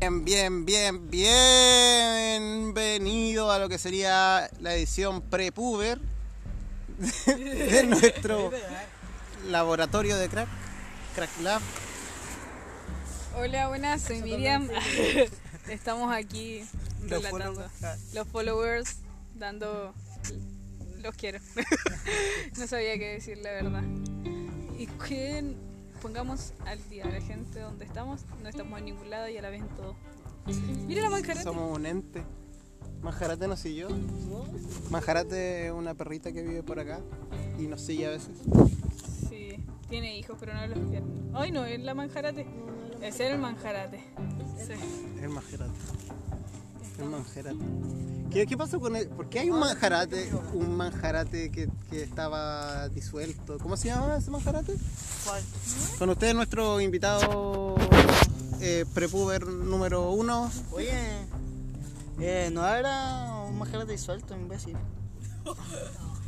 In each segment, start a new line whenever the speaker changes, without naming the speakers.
bien, bien, bien, bienvenido a lo que sería la edición pre-puber de nuestro laboratorio de crack, Crack Lab.
Hola, buenas, soy Miriam. Estamos aquí
Los
relatando.
followers. Ah,
Los followers dando. Los quiero. No sabía qué decir la verdad. Y que pongamos al día a la gente donde estamos. No estamos en ningún lado y a la vez en todo. Mira la manjarate.
Somos un ente. Manjarate nos siguió. Manjarate es una perrita que vive por acá y nos sigue a veces.
Sí, tiene hijos, pero no los quiere. Ay, no, es la manjarate. Es el manjarate. Sí.
El manjarate. El manjarate. ¿Qué, qué pasó con él? ¿Por qué hay un manjarate, un manjarate que, que estaba disuelto? ¿Cómo se llamaba ese manjarate? Con ustedes nuestro invitado eh, prepuber número uno.
Oye, eh, no era un majerate disuelto, imbécil.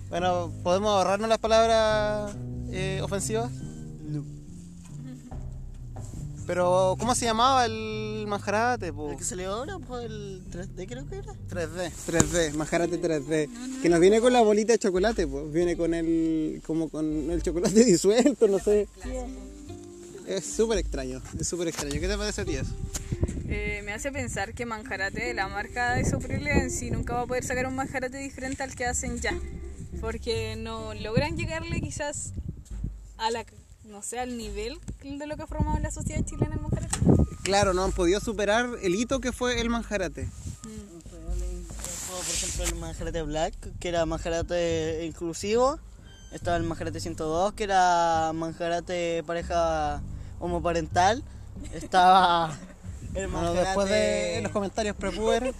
Bueno, ¿podemos ahorrarnos las palabras eh, ofensivas? No. Pero, ¿cómo se llamaba el manjarate? po?
El que salió ahora, pues el 3D creo que era.
3D. 3D, majarate 3D. Que nos viene con la bolita de chocolate, pues. Viene con el. como con el chocolate disuelto, no sé. Es súper extraño, es súper extraño. ¿Qué te parece a ti eso?
Eh, me hace pensar que Manjarate, la marca de Soprilia en sí, nunca va a poder sacar un Manjarate diferente al que hacen ya. Porque no logran llegarle quizás a la, no sé, al nivel de lo que ha formado la sociedad chilena el Manjarate.
Claro, no han podido superar el hito que fue el manjarate.
Mm,
Por ejemplo, el majerate black, que era majerate inclusivo. Estaba el majerate 102, que era majerate pareja homoparental. Estaba el
Bueno,
majerate...
después de en los comentarios prepuber,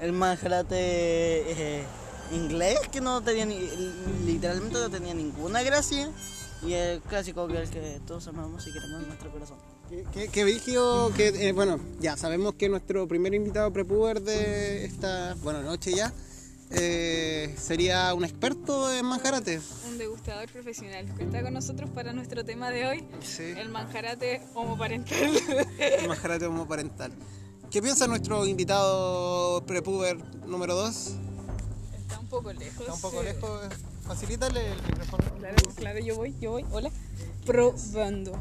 El manjarate eh, inglés que no tenía ni- literalmente no tenía ninguna gracia y el clásico que el que todos amamos y queremos en nuestro corazón.
que- que que vigio, que, eh, bueno, ya sabemos que nuestro primer invitado prepuber de esta, bueno, noche ya, eh, sería un experto en manjarate.
Un degustador profesional que está con nosotros para nuestro tema de hoy,
Sí.
el Manjarate homoparental.
El majarate homoparental. ¿Qué piensa nuestro invitado prepuber número 2?
está un poco lejos.
Está un poco
eh,
lejos. Facilítale el micrófono.
Claro, claro, yo voy, yo voy. Hola. Probando.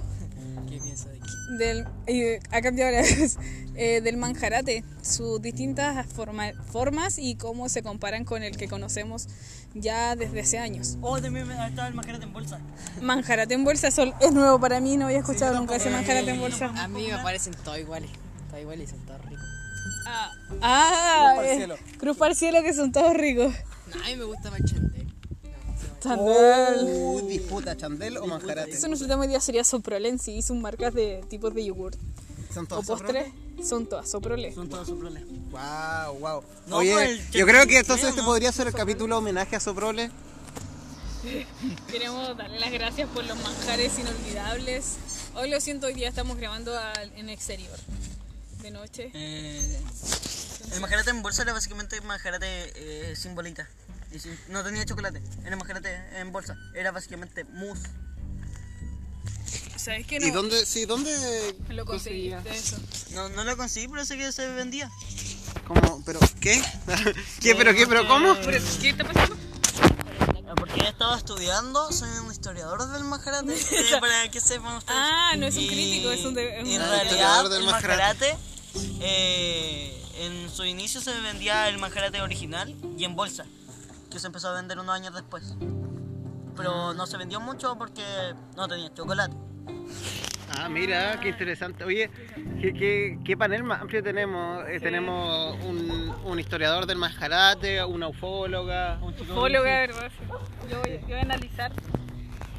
¿Qué piensa de aquí?
del eh, ha cambiado la vez, eh, del manjarate sus distintas forma- formas y cómo se comparan con el que conocemos ya desde hace años
Oh, también me- estaba el manjarate en bolsa.
manjarate en bolsa sol es nuevo para mí no había escuchado nunca ese manjarate en bolsa
A mí me parecen todos iguales. Todos iguales y son todos ricos.
ah, ah,
Cruz pa'l
eh,
cielo.
cruz pa'l cielo que son todos ricos
No, a mí me gusta más el chandel.
Oh.
Chandel.
Uh, disputa, chandel o manjarate.
eso nuestro tema hoy día sería soprole en sí son marcas de tipos de yogur
Son
o
todos
postres son todas soprole
Son todos sus problemas.
Wow, wow.
No, pues,
Oye,
el
yo creo que
chef-
entonces
creo,
este
¿no?
podría ser el capítulo homenaje a Soprole.
Queremos darle las gracias por los manjares inolvidables. Hoy lo siento, hoy día estamos grabando al- en exterior, de noche.
Eh,
el manjarate en bolsa era básicamente el manjarate eh, sin bolita. Y sin- no tenía chocolate. Era manjarate en bolsa. Era básicamente mousse.
¿Sabes qué? No,
¿Y dónde, sí, dónde?
lo conseguiste eso.
No, no lo conseguí, pero sé que se vendía.
¿Cómo? ¿Pero qué? ¿Qué? ¿Pero qué? ¿Pero cómo?
¿Qué está pasando?
Ah, Porque yo estaba estudiando, soy un historiador del majarate, eh, para que sepan ustedes.
Ah, no es un crítico, es un de- es
en
un
historiador
realidad,
del
el
majarate.
majarate, eh, en su inicio se vendía el majarate original y en bolsa, que se empezó a vender unos años después. Pero no se vendió mucho porque no tenía chocolate.
Ah, mira, qué interesante. Oye, qué, qué- qué panel más amplio tenemos. Eh, Tenemos un, un historiador del manjarate, una ufóloga, un chico
Ufóloga, ¿verdad? Yo voy, yo voy a analizar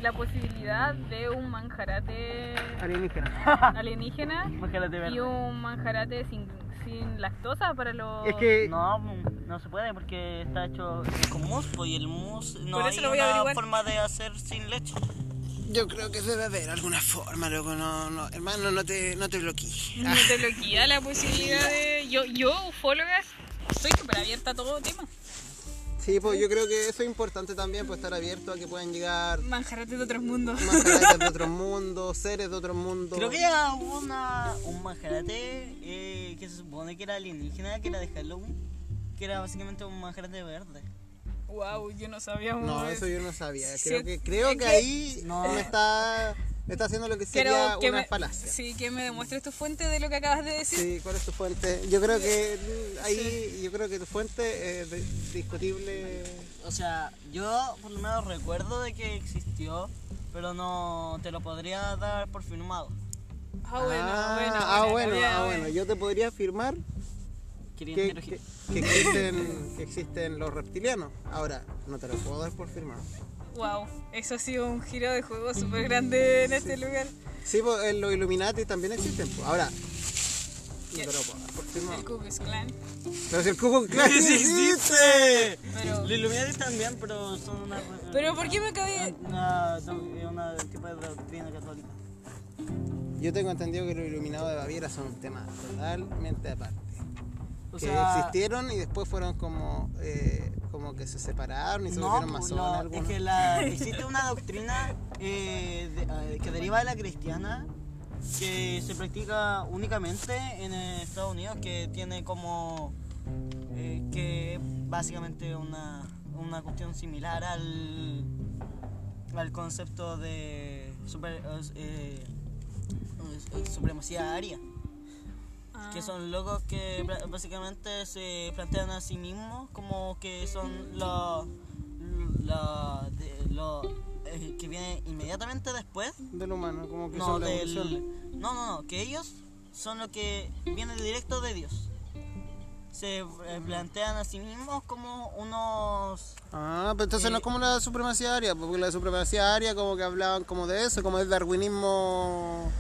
la posibilidad de un manjarate
alienígena.
alienígena
Majarate
y un manjarate sin, sin lactosa para los...
Es que
No, no se puede porque está hecho con mousse pues, y el mousse no
Por eso
hay
lo voy a
una
averiguar.
forma de hacer sin leche.
yo creo que debe haber alguna forma, loco. No, no, hermano, no te, no te bloquees.
No te bloquea la posibilidad de. Yo, yo ufólogas, soy súper abierta a todo tema.
Sí, pues yo creo que eso es importante también, pues estar abierto a que puedan llegar
Manjarate de otros mundos.
manjarates de otros mundos, seres de otros mundos.
Creo que era una, un majarate eh, que se supone que era alienígena, que era de Halloween, que era básicamente un majarate verde.
Wow, yo no sabía
No,
un-
eso yo no sabía.
Sí,
Creo que, creo
es
que
que-
ahí
No.
me está, me está haciendo lo que sería
Quiero que
una
me,
falacia. Sí.
sí, que me demuestres tu fuente de lo que acabas de decir.
¿cuál es tu fuente? Yo creo que mm, ahí, yo creo que tu fuente es de- discutible.
O sea, yo por lo menos recuerdo de que existió, pero no te lo podría dar por firmado.
Ah, bueno,
ah,
bueno,
ah,
bueno,
bueno,
ya,
ah,
bueno.
bueno. Yo te podría afirmar
Quería
que,
interrogar.
que- que existen, que existen los reptilianos. Ahora, no te lo puedo dar por firmado.
Wow, eso ha sido un giro de juego súper grande en este lugar.
Sí, pues, eh, los Illuminati también existen. pues. Ahora, no te lo puedo dar por
El
firmado.
Ku Klux Klan.
Pero si el cubo claro existe.
existe!
Pero,
Los Illuminati también, pero son una.
pero ¿por qué me acabé?
Ah.
Una, una, una tipo de doctrina católica.
Yo tengo entendido que los iluminados de Baviera son un tema totalmente aparte.
O
que
sea,
existieron y después fueron como, eh, como que se separaron y se
No,
volvieron
pues,
masones.
no, es
algunos.
que la, existe una doctrina eh, de- eh, que deriva de la cristiana que se practica únicamente en eh, Estados Unidos, que tiene como. eh, que básicamente una, una cuestión similar al. al concepto de. super- eh, eh, supremacía aria.
Ah,
que son locos que bra- básicamente se plantean a sí mismos como que son los la, de- lo, eh, que viene inmediatamente después
Del humano, como que
no
son
del
la evolución.
no no no que ellos son los que vienen directo de Dios se eh, plantean a sí mismos como unos
Ah, pero entonces
Eh,
no es como la supremacía aria, porque la supremacía aria como que hablaban como de eso, como del darwinismo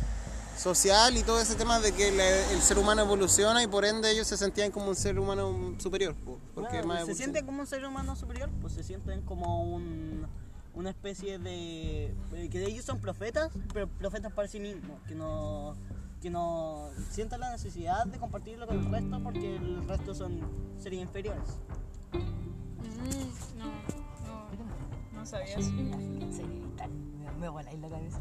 social y todo ese tema de que la- el ser humano evoluciona y por ende ellos se sentían como un ser humano superior, po, porque
Claro,
más
se
evolución.
sienten como un ser humano superior, pues se sienten como un- una especie de eh, que ellos son profetas, pero profetas para sí mismos, que no que no sientan la necesidad de compartirlo con el resto porque el resto son seres inferiores.
mm, no, no, no sabía eso.
Me voláis la cabeza.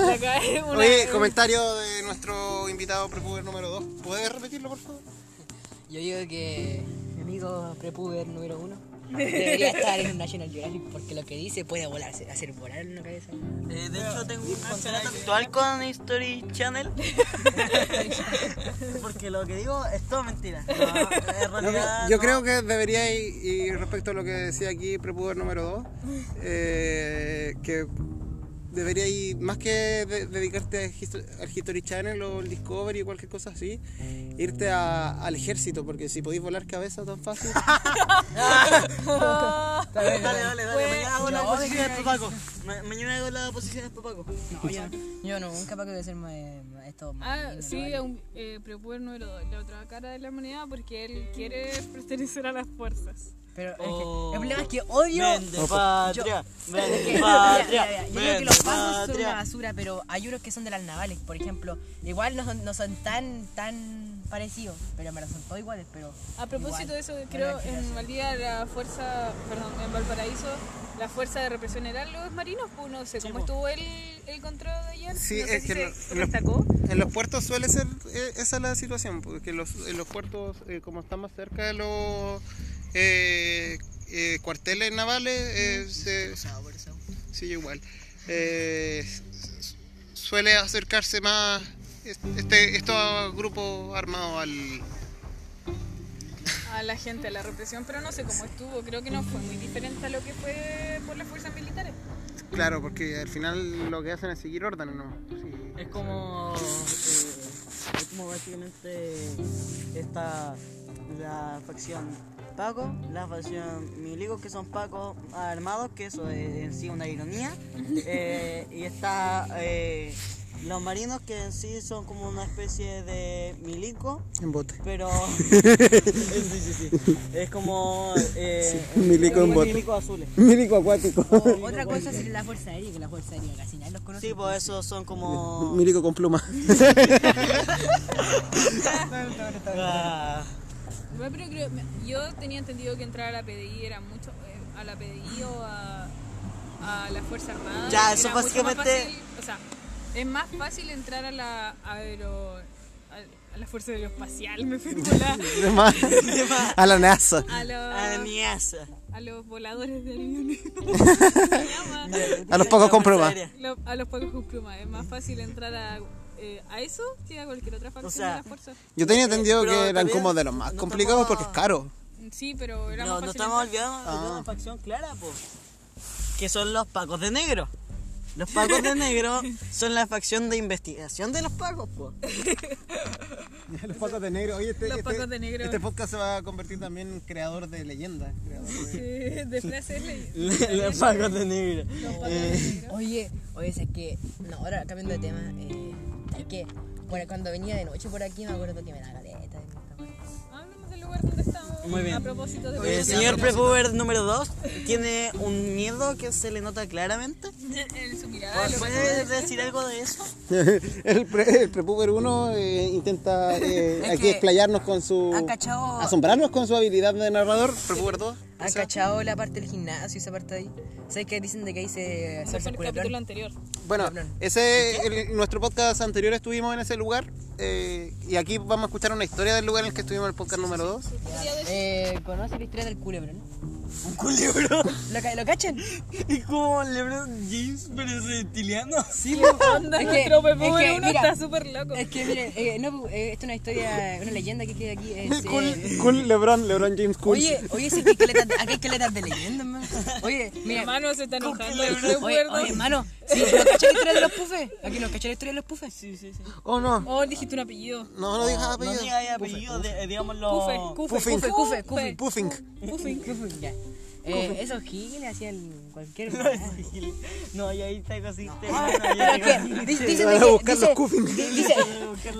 La cae una-
Oye, comentario de nuestro invitado prepuber número 2. ¿Puedes repetirlo, por favor?
Yo digo que mi amigo prepuber número uno debería estar en un National Geographic porque lo que dice puede volarse, hacer volar una cabeza.
Eh, de hecho tengo un contrato actual con History Channel porque lo que digo es todo mentira. No, en
No, yo-
realidad
yo
no.
creo que debería, y, y respecto a lo que decía aquí Prepuber número 2, que debería ir, más que de- dedicarte a histo- al History Channel o el Discovery o cualquier cosa así, irte a- al ejército, porque si podéis volar cabeza tan fácil.
Dale, dale, dale.
Pues,
mañana hago la
no,
posición de
venga,
Papaco. Ma- Mañana hago la posición de Papaco.
No, yo, yo no, nunca para que voy a ser más, más esto.
Ah,
marino,
sí,
¿no?
a un, eh, prepuber número 2, la otra cara de la moneda, porque él quiere pertenecer a las fuerzas.
Pero es que-
Oh.
el problema es que odio.
Vende patria,
Es que-
vende
mira,
patria,
mira, mira, Yo creo que
vende
los pasos son una
patria.
basura, pero hay unos que son de las navales, por ejemplo. Igual no son, no son tan, tan parecidos, pero me los son todos iguales, pero.
A propósito
igual.
de eso,
Bueno,
creo
en
en
general.
Valdivia la fuerza, perdón, en Valparaíso, la fuerza de represión eran los marinos, pues no sé cómo
po.
estuvo el, el control de ayer,
Sí,
no sé
es
si
que
se
no-
se
no-
destacó.
En los puertos suele ser eh, esa la situación, porque los, en los puertos, eh, como están más cerca de los eh, eh, cuarteles navales, eh, se, sí, yo igual, eh, s- s- suele acercarse más es- este, estos grupos armados al...
a la gente, a la represión, pero no sé cómo estuvo. Creo que no fue muy diferente a lo que fue por las fuerzas militares.
Claro, porque al final lo que hacen es seguir órdenes, ¿no?
Es como. eh, es como básicamente. Esta. La facción Paco, la facción Milico, que son Pacos armados, que eso es en sí una ironía. eh, y está. eh, los marinos, que en sí son como una especie de Milico.
En bote.
Pero. sí, sí, sí. Es como. Eh,
milico en
como
bote.
milico azules.
Milico acuático.
Otra cosa sería la fuerza aérea, que la fuerza aérea casi nadie los conoce.
Sí, pues esos son como.
Milico con pluma.
Ah,
Bueno, pero creo- yo tenía entendido que entrar a la PDI era mucho. eh, a la PDI o a, a la Fuerza Armada.
Ya,
era
eso
mucho más
básicamente-
fácil, o sea, es más fácil entrar a la aero. a, a la Fuerza Aeroespacial, me fui por la-
De más. A la NASA.
A los,
Ah, Aniasa.
a los voladores de aviones. ¿Cómo se llama?
A los pocos comproba.
Lo- a los pocos con pluma. Es más fácil entrar a, eh, a eso que a cualquier otra facción
O sea,
de la fuerza.
Yo tenía entendido
Pero
que eran
también
como de los más
no
complicados
estamos-
porque es caro.
Sí, pero era
No,
más
no
fácil.
estamos
entrar.
olvidando de
Ah.
una facción clara, po. Que son los pacos de negro. Los pacos de negro son la facción de investigación de los pacos, po.
Los pacos de negro. Oye, este,
Los
este-
pacos de negro.
este podcast se va a convertir también en creador de leyendas. creador de-
Sí, de placerle.
los pacos de negro. Eh,
Oye, oye, es que. No, ahora cambiando de tema. Eh, es que bueno, cuando venía de noche por aquí me acuerdo que me daba caleta. de puta madre.
Hablemos del lugar donde estamos.
Muy bien.
A propósito de.
El señor Prepuber número 2 tiene un miedo que se le nota claramente.
En su
Pues,
mirada. lo-
¿Puedes decir algo de eso?
el, pre, el prepuber 1 eh, intenta eh,
Es
aquí
que-
explayarnos con su.
¿Han cachado?
Ah,
Asombrarnos con su habilidad de narrador. Prepuber 2.
¿Han cachado la parte del gimnasio, esa parte de ahí? ¿Sabes qué dicen de que ahí se
Eso fue
hace
el
pura
capítulo
plan?
anterior.
Bueno,
Hablan.
ese el- nuestro podcast anterior estuvimos en ese lugar eh, y aquí vamos a escuchar una historia del lugar en el que estuvimos en el podcast número 2.
Eh, ¿Conoce la historia del culebrón?
Un culebro.
¿Lo, ca- ¿Lo cachan?
Y como LeBron James, pero es reptiliano.
Sí,
Onda, nuestro Prepuber uno
mira,
está súper loco.
Es que miren, eh, no, pues, eh, esto es una historia, una leyenda que queda aquí. es, eh,
LeBron, LeBron James
Oye, oye, sí que hay caletas de- aquí hay caletas de leyendas, man. Oye,
Mi
mira.
hermano se está enojando. el
Oye,
Prepuber dos.
oye, hermano, ¿sí, ¿no cachan la historia de los pufes? ¿Aquí no cachan la historia de los pufes? Sí, sí, sí.
Oh, no.
Oh, dijiste un apellido.
No, no digas
No
apellido.
diga apellido, de-
Cufe,
digámoslo.
cufe,
Puffing.
cufe,
Cufe,
cufe.
Puffing.
Pufes, ya. Eh, esos giles hacían cualquier. weá.
No, y ahí te cosiste.
Ah,
mano, ya
es
te
que
cosiste.
di-
Voy a buscar los Cuffing.
di- dice-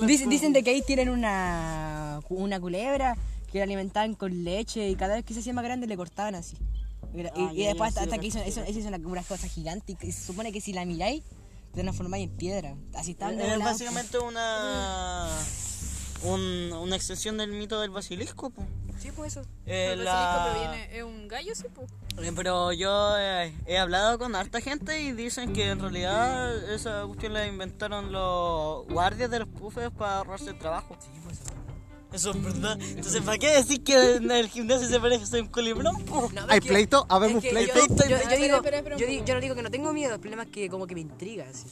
dice- dicen de que ahí tienen una, una culebra que la alimentaban con leche y cada vez que se hacía más grande le cortaban así. Y, y-
Ah,
y
ya, ya,
después
sí,
hasta,
lo
hasta que
caché,
hizo, eso, eso hizo una, una cosa gigante y que se supone que si la miráis te transformáis en piedra. Así estaban de
Es
volados.
Eh, básicamente una. un- una extensión del mito del basilisco, po.
Sí, pues eso.
Eh,
El
la-
basilisco proviene. Es un gallo, sí, pues.
Eh, Pero yo eh, he hablado con harta gente y dicen que en realidad esa cuestión la inventaron los guardias de los pufes para ahorrarse el trabajo. Eso es verdad. Entonces, ¿para qué decir que en el gimnasio se parece a un colibrón? po?
No, pero
¿Hay
es que-
pleito?
es
¿Habemos
que
pleito?
yo- yo- yo
Espera,
digo-
espera, espera un
yo di-
poco.
Yo no digo que no tengo miedo, el problema es que como que me intriga. así.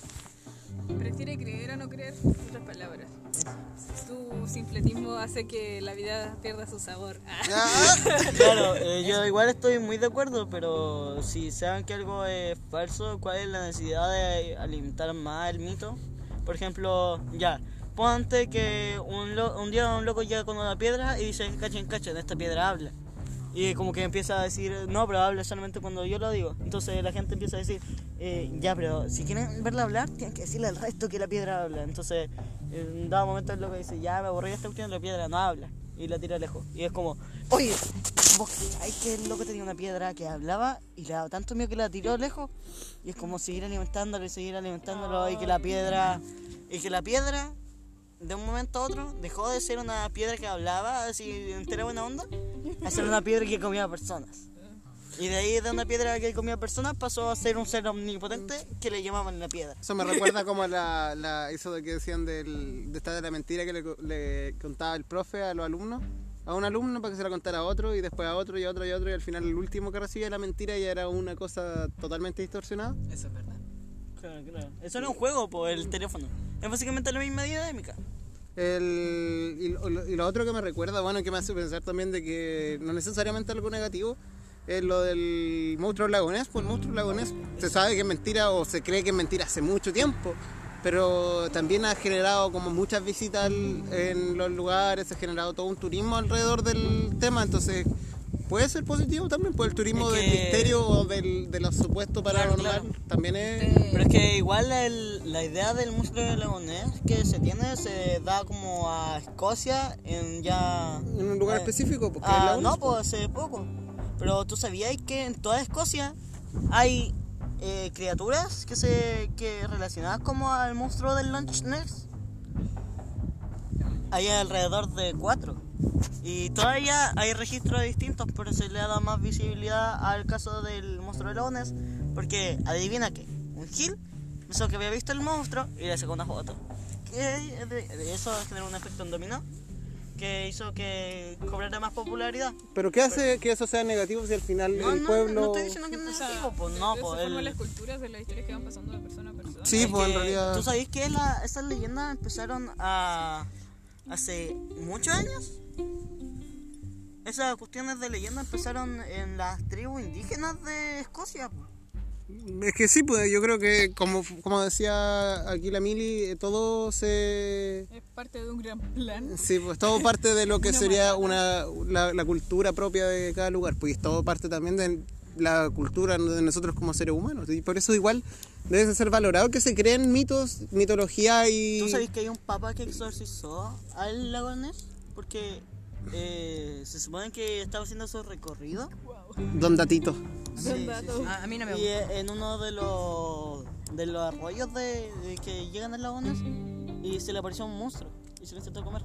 Prefiere creer a no creer, en otras palabras. Tu simpletismo hace que la vida pierda su sabor. Ah,
Ah,
Claro, eh, yo igual estoy muy de acuerdo, pero si saben que algo es falso, ¿cuál es la necesidad de alimentar más el mito? Por ejemplo, ya, ponte que un, lo- un día un loco llega con una piedra y dice, cachen, cachen, esta piedra habla. Y como que empieza a decir, no, pero habla solamente cuando yo lo digo. Entonces la gente empieza a decir, eh, ya, pero si quieren verla hablar, tienen que decirle al resto que la piedra habla. Entonces, en dado momento el loco dice, ya, me aburrí de esta cuestión, la piedra no habla. Y la tira lejos. Y es como, oye, vos hay que el loco tenía una piedra que hablaba y le daba tanto miedo que la tiró lejos. Y es como seguir alimentándolo y seguir alimentándolo y que la piedra, y que la piedra de un momento a otro dejó de ser una piedra que hablaba así entera buena onda a ser una piedra que comía personas. Y de ahí de una piedra que comía personas pasó a ser un ser omnipotente que le llamaban la piedra.
Eso me recuerda como la, la, eso de que decían del, de esta de la mentira que le, co- le contaba el profe a los alumnos. A un alumno para que se la contara a otro y después a otro y a otro y a otro y al final el último que recibía la mentira ya era una cosa totalmente distorsionada.
Eso es verdad.
Eso era un juego por el teléfono. Es básicamente la misma dinámica.
El, y, lo, y lo otro que me recuerda, bueno, que me hace pensar también de que no necesariamente algo negativo, es lo del monstruo lagonés. Pues el monstruo lagonés se sabe que es mentira o se cree que es mentira hace mucho tiempo, pero también ha generado como muchas visitas al- en los lugares, ha generado todo un turismo alrededor del tema, entonces puede ser positivo también, pues el turismo
Es
del
que-
misterio o del, de lo supuesto paranormal
claro. Eh,
también es...
Pero es que igual el- la idea del monstruo de lagonés que se tiene se da como a Escocia en ya...
En un lugar
eh,
específico, porque
ah,
la
no,
UNES,
pues hace poco. Pero tú sabías que en toda Escocia hay eh, criaturas que se que relacionadas como al monstruo del Loch Ness. hay alrededor de cuatro. Y todavía hay registros distintos, pero se le ha dado más visibilidad al caso del monstruo de Lones, porque adivina qué, un Gil pensó que había visto el monstruo y le sacó una foto. Que de- de eso generó un efecto en dominó que hizo que cobrara más popularidad.
Pero ¿qué hace que eso sea negativo si al final
Ah, No,
el
no,
pueblo...
no estoy diciendo que no es negativo, pues no,
Entonces,
pues
se forman
el-
las culturas de las historias que van pasando de persona a persona.
Sí, pues en
que
realidad...
¿Tú sabés que la- esas leyendas empezaron a. hace muchos años? Esas cuestiones de leyenda empezaron en las tribus indígenas de Escocia. pues. po.
Es que sí, pues yo creo que como, como decía aquí la Mili, eh, todo se...
Es parte de un gran plan.
Sí, pues todo parte de lo que
Una
sería una, la, la cultura propia de cada lugar, pues y es todo parte también de la cultura de nosotros como seres humanos. Y por eso igual debe ser valorado que se creen mitos, mitología y...
¿Tú sabés que hay un papa que exorcizó al lago Ness? Porque eh, se supone que estaba haciendo su recorrido.
Don Datito.
Son datos.
A, a mí no me
Y
gusta.
eh, en uno de los, de los arroyos de, de que llegan al lago Ness y se le apareció un monstruo y se lo intentó comer.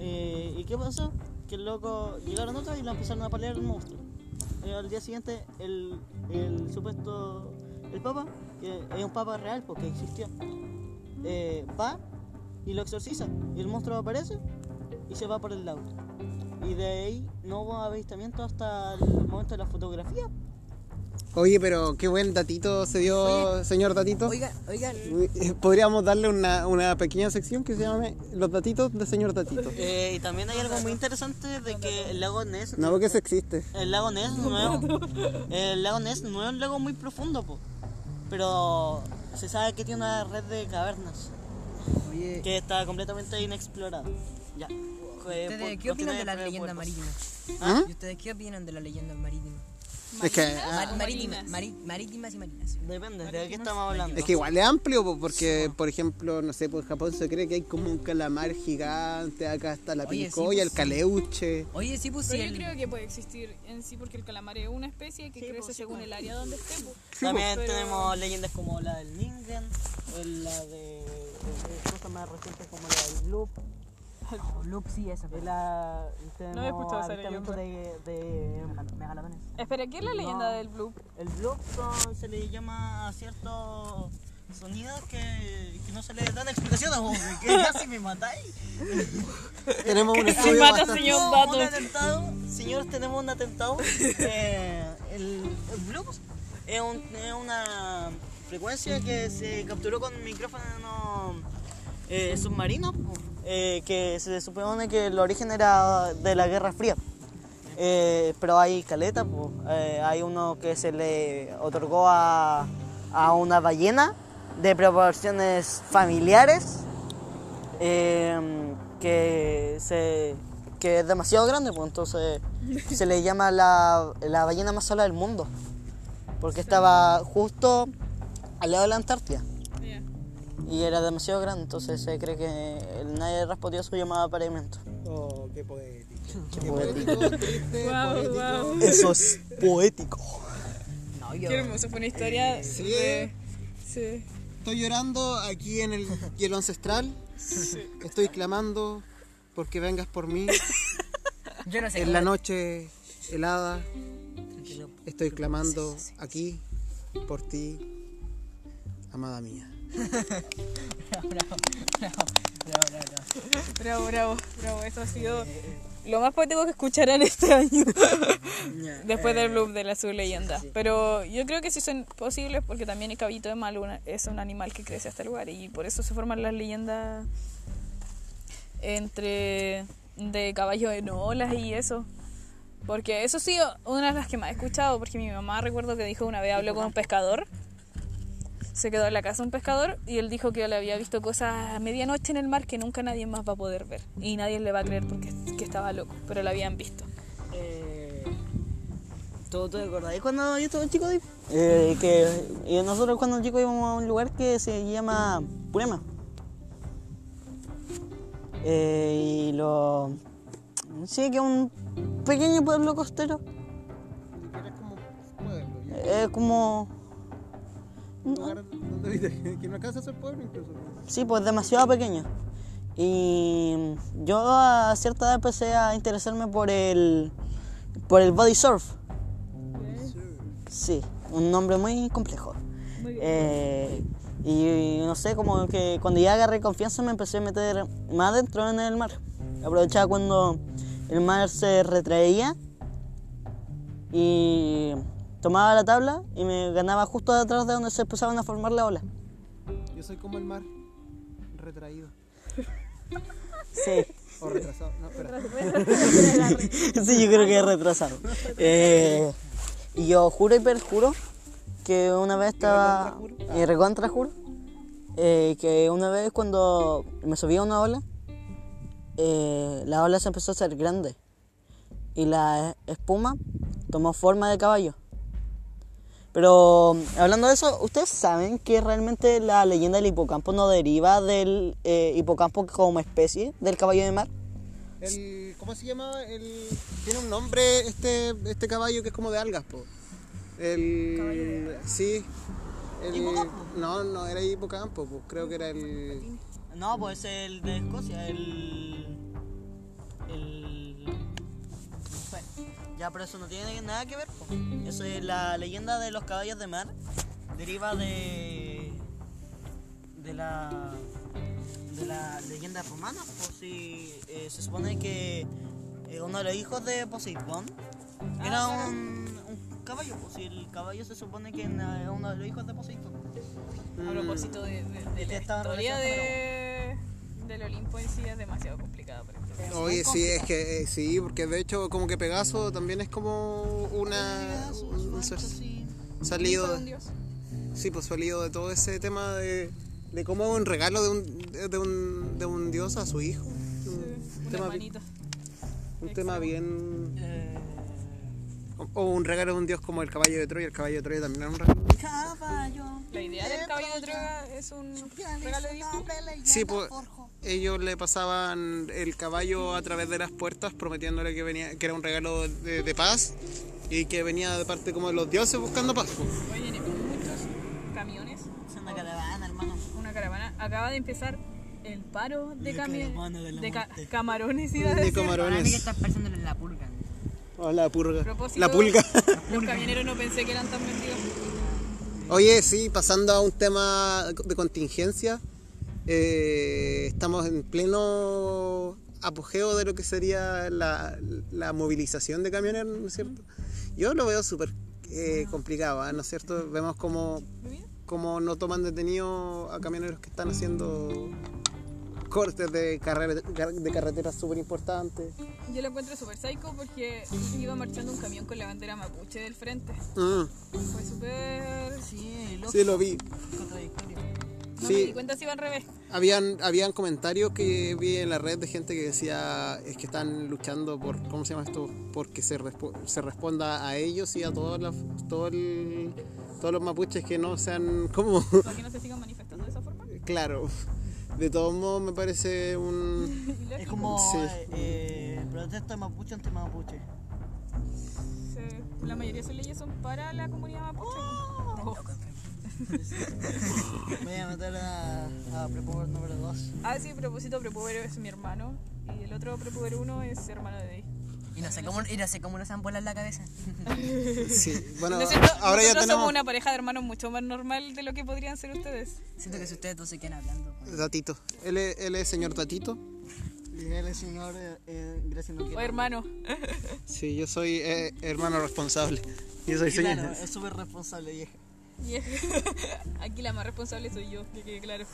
Eh, ¿Y qué pasó? Que el loco llegaron otros y lo empezaron a pelear el monstruo. Y al día siguiente el, el supuesto, el papa, que es un papa real porque existió, eh, va y lo exorciza y el monstruo aparece y se va por el lago. Y de ahí no hubo avistamiento hasta el momento de la fotografía.
Oye, pero qué buen datito se dio, señor Datito.
Oiga, oiga,
Eh, Podríamos darle una, una pequeña sección que se llame Los datitos de señor Datito.
Eh, y también hay algo muy interesante de que el lago Ness,
No, porque eso existe.
el lago Ness no es, el lago Ness no es un lago muy profundo, po. pero se sabe que tiene una red de cavernas
oye,
que está completamente inexplorada. Ya. Eh,
¿ustedes
pu-
qué opinan
cuestiones
de la
de
leyenda
cuerpos.
marítima?
¿Ah?
¿Y ustedes qué opinan de la leyenda marítima?
Es que-
Ah, Marinas o
marítima,
marinas.
mari- marítimas y marinas.
Depende, ¿de qué estamos hablando?
Es que igual es amplio, po, porque, por ejemplo, no sé, pues en Japón se cree que hay como un calamar gigante, acá está la
Oye, sí,
pincoya,
pues,
el caleuche.
Oye, sí, pues sí.
Pero yo
el-
creo que puede existir en sí porque el calamar es una especie que
Sí,
crece
pues, sí,
según
pues.
el área donde esté. pues.
También
Pero-
tenemos leyendas como la del Ningen, o la de eh, cosas más recientes como la del Loop.
Oh, Luke, sí, esa.
y La, tenemos
escuchado esa
avistamientos de, de megalodones.
Espera, ¿qué es la leyenda
No.
del Blue?
El bloop son- se le llama a ciertos sonidos que, que no se les dan explicaciones. o que casi me matáis.
Tenemos un
Se
estudio
mata,
bastante-
señor.
Tenemos
vato.
Un atentado, señores, tenemos un atentado. Eh, el el bloop es, un- es una frecuencia que se capturó con micrófono eh, submarino eh, que se supone que el origen era de la Guerra Fría. Eh, pero hay caleta, po. Eh, hay uno que se le otorgó a, a una ballena de proporciones familiares eh, que, se, que es demasiado grande, pues entonces se le llama la, la ballena más sola del mundo, porque estaba justo al lado de la Antártida
Ya.
y era demasiado grande, entonces se cree que nadie respondió a su llamada de apareamiento.
Oh, qué poético. Qué poético, triste,
Guau,
poético.
guau.
Eso es poético.
No, yo.
Qué hermoso, fue una
Eh,
historia.
Sí.
de- sí.
Estoy llorando aquí en el hielo ancestral. Estoy clamando porque vengas por mí
Yo no sé.
en
cómo-
la noche helada.
Tranquilo.
Estoy clamando aquí por ti, amada mía.
Bravo, bravo, bravo.
Bravo, bravo, bravo. Eso ha sido lo más poético que escucharán este año. Después del Bloop de la subleyenda. Pero yo creo que sí son posibles porque también el caballito de Maluna es un animal que crece hasta el lugar y por eso se forman las leyendas entre de caballo en olas y eso. Porque eso sí, una de las que más he escuchado, porque mi mamá recuerdo que dijo una vez habló con un pescador. Se quedó en la casa un pescador y él dijo que le había visto cosas a medianoche en el mar que nunca nadie más va a poder ver. Y nadie le va a creer porque que estaba loco, pero lo habían visto.
Eh, ¿Tú tú te acordáis cuando yo estaba chico? Dave? Eh, que y nosotros cuando chicos íbamos a un lugar que se llama Purema. Eh, y lo... Sí, que es un pequeño pueblo costero.
como pueblo,
Es como...
un lugar donde vive, que no alcanza a ser pueblo incluso.
Sí, pues demasiado pequeño. Y yo a cierta edad empecé a interesarme por el, por el body surf. Sí, un nombre muy complejo.
Muy
Eh, y, no sé, como que cuando ya agarré confianza me empecé a meter más dentro en el mar. Aprovechaba cuando el mar se retraía y tomaba la tabla y me ganaba justo detrás de donde se empezaban a formar la ola.
Yo soy como el mar, retraído.
Sí.
O retrasado, no, espera.
Sí, yo creo que es retrasado. Eh, y yo juro y perjuro que una vez estaba. Y recontra juro. eh, que una vez cuando me subía a una ola, eh, la ola se empezó a hacer grande. Y la espuma tomó forma de caballo. Pero hablando de eso, ¿ustedes saben que realmente la leyenda del hipocampo no deriva del eh, hipocampo como especie del caballo de mar?
El, ¿Cómo se llama? El, tiene un nombre este, este caballo que es como de algas, po. El. Sí. El, no, no, era hipocampo, po. creo que era el.
No, pues el de Escocia, el. El. bueno, ya, pero eso no tiene nada que ver. po. Eso es la leyenda de los caballos de mar. Deriva de. de la. de la leyenda romana. Pues si eh, se supone que eh, uno de los hijos de Poseidón
Ah,
era un, un caballo. Pues si el caballo se supone que era uno de los hijos de Poseidón.
A propósito de, de- de la
Este Mm. estaba en
historia
relación
de, del Olimpo en sí es demasiado complicada para entender.
Oye, sí, es que eh, sí, porque de hecho, como que Pegaso también es como una. un- un ser- salido.
Fue un
de-
dios.
Sí, pues salido de todo ese tema de, de cómo un regalo de un, de, un, de un dios a su hijo. Un
Un
tema, bi-
hermanito.
un tema bien. O- O un regalo de un dios como el caballo de Troya. El caballo de Troya también era un regalo.
Caballo.
La idea del caballo de Troya es un regalo de hijo.
Sí, pues ellos le pasaban el caballo a través de las puertas prometiéndole que venía que era un regalo de, de paz y que venía de parte como de los dioses buscando paz. pues.
Oye, en muchos camiones,
Es una caravana, hermano.
una caravana, acaba de empezar el paro de,
De
cami-
caravana de la
de ca-
muerte.
camarones, iba a
De
decir.
Para mí que
camarones.
estás pensando en la purga.
O la purga.
Propósito-
La pulga.
Los camioneros no pensé que eran tan mentidos.
Oye, sí, pasando a un tema de contingencia, eh, estamos en pleno apogeo de lo que sería la, la movilización de camioneros, ¿no es cierto? Yo lo veo súper eh, complicado, ¿ah? ¿no es cierto? Vemos como, como no toman detenido a camioneros que están haciendo cortes de, carre- de carreteras súper importantes.
Yo lo encuentro súper psycho porque iba marchando un camión con la bandera mapuche del frente.
Mm,
Fue súper...
Sí, loco.
sí, lo vi.
Contradictorio.
No
Sí.
me di cuenta si iba al revés.
Habían, habían comentarios que vi en la red de gente que decía es que están luchando por, ¿cómo se llama esto? Porque se, respo- se responda a ellos y a todos los, todo el- todos los mapuches que no sean como,
Para que no se sigan manifestando de esa forma.
claro, de todos modos me parece un...
Es como
Sí.
eh, eh, protesta mapuche ante mapuche.
Se- La mayoría de sus leyes son para la comunidad mapuche. Oh.
Voy a meter a, a Prepower número 2.
Ah, sí, propósito prepubero es mi hermano. Y el otro prepubero uno es hermano de Dey.
Y no sé cómo, y no sé cómo nos han volado en la cabeza.
Sí, bueno,
Nosotros,
ahora ya
nosotros
tenemos
somos una pareja de hermanos mucho más normal de lo que podrían ser ustedes.
Siento que si ustedes dos se quedan hablando. pues.
Tatito. Él es, él es señor Tatito.
Y él es señor, eh, eh, gracias no
O
quiero.
hermano.
Sí, yo soy eh, hermano responsable. Yo soy señor.
Claro, es súper responsable, vieja.
Y es- Aquí la más responsable soy yo, que quede claro.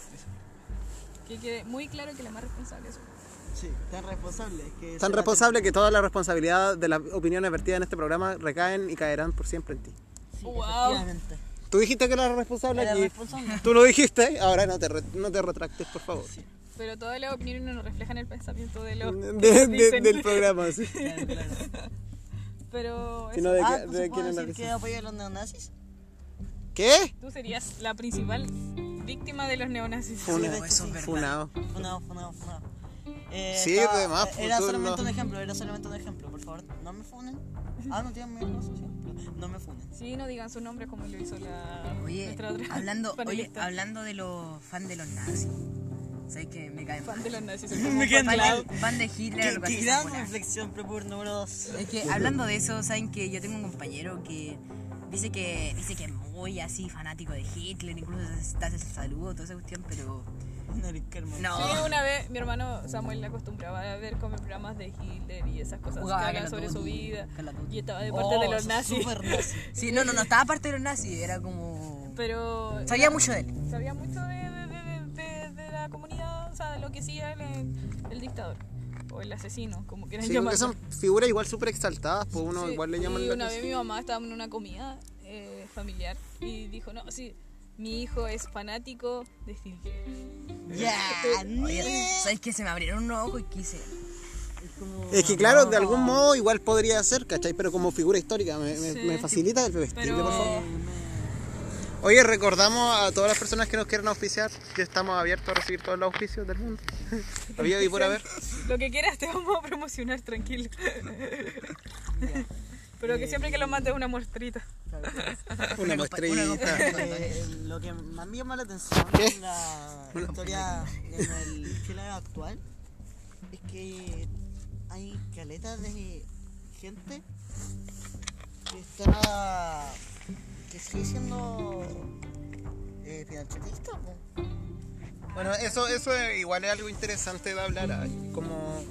Que quede muy claro que la más responsable soy yo.
Sí, tan responsable. Que
Tan
se la-
responsable que toda la responsabilidad de las opiniones vertidas en este programa recaen y caerán por siempre en ti.
Sí,
Wow.
efectivamente.
Tú dijiste que eras responsable
Era
aquí.
responsable.
Tú lo dijiste, ahora no te, re- no te retractes, por favor.
Pero todas las opiniones nos reflejan el pensamiento de los.
De-
que nos
de-
dicen.
del programa, sí.
Claro, claro.
Pero
Sino de,
Ah,
que-
¿entonces
de quién
puedo
es la
decir que
razón.
apoya a los neonazis?
¿Qué?
Tú serías la principal víctima de los neonazis.
Funado.
hecho, sí.
Funado.
Funado, funado, funado. Eh,
Sí, de más, pues,
Era
tú
solamente
no-
un ejemplo, era solamente un ejemplo. Por favor, no me funen. Ah, no tienen mi red social. No me funen.
Sí, no digan su nombre como lo hizo la.
Oye,
nuestra otra
hablando, oye,
panelista.
hablando de los fans de los nazis. ¿Sabes que me caen
Fan
mal?
de los nazis.
Me quedan
Van
mal.
de, van de Hitler
Qué,
algo
qué
así
gran
popular.
reflexión, Prepur número 2.
Es que hablando de eso, saben que yo tengo un compañero que dice que dice que es muy así fanático de Hitler, incluso está el saludo, toda esa cuestión, pero no.
Sí, una vez mi hermano Samuel le acostumbraba a ver como programas de Hitler y esas cosas
Jugaba
que
Call
hablan
of
sobre su
Duty,
vida.
Call of Duty.
Y estaba de parte de
Oh,
los nazis.
Super nazi.
Sí, no, no, no estaba parte de los nazis, era como
Pero
sabía mucho de él.
sabía mucho de, de- de- de- de- de la comunidad, o sea, de lo que hacía el, el dictador o el asesino, como quieran
Sí, porque
llamarlo.
son figuras igual súper exaltadas, pues uno
Sí,
igual le llaman
y
la
una vez
atención.
mi mamá estaba en una comida eh, familiar y dijo, no, sí, mi hijo es fanático de Hitler.
Ya,
Oye,
nie.
¿sabes que se me abrieron unos ojos y quise?
Es que claro, de algún modo igual podría ser, ¿cachai? Pero como figura histórica, me, me-
Sí.
me facilita el vestirle,
Pero
por favor. Oye, recordamos a todas las personas que nos quieran auspiciar que estamos abiertos a recibir todos los auspicios del mundo. Había y por haber.
lo que quieras te vamos a promocionar, tranquilo. Pero que siempre que lo mandes una muestrita.
Una muestrita.
Eh, lo que más me llama la atención
¿Qué?
en la historia en el Chile actual es que hay caletas de gente que está que sigue siendo eh, pinochetista po.
Bueno, eso, eso es- igual es algo interesante de hablar, ah, como,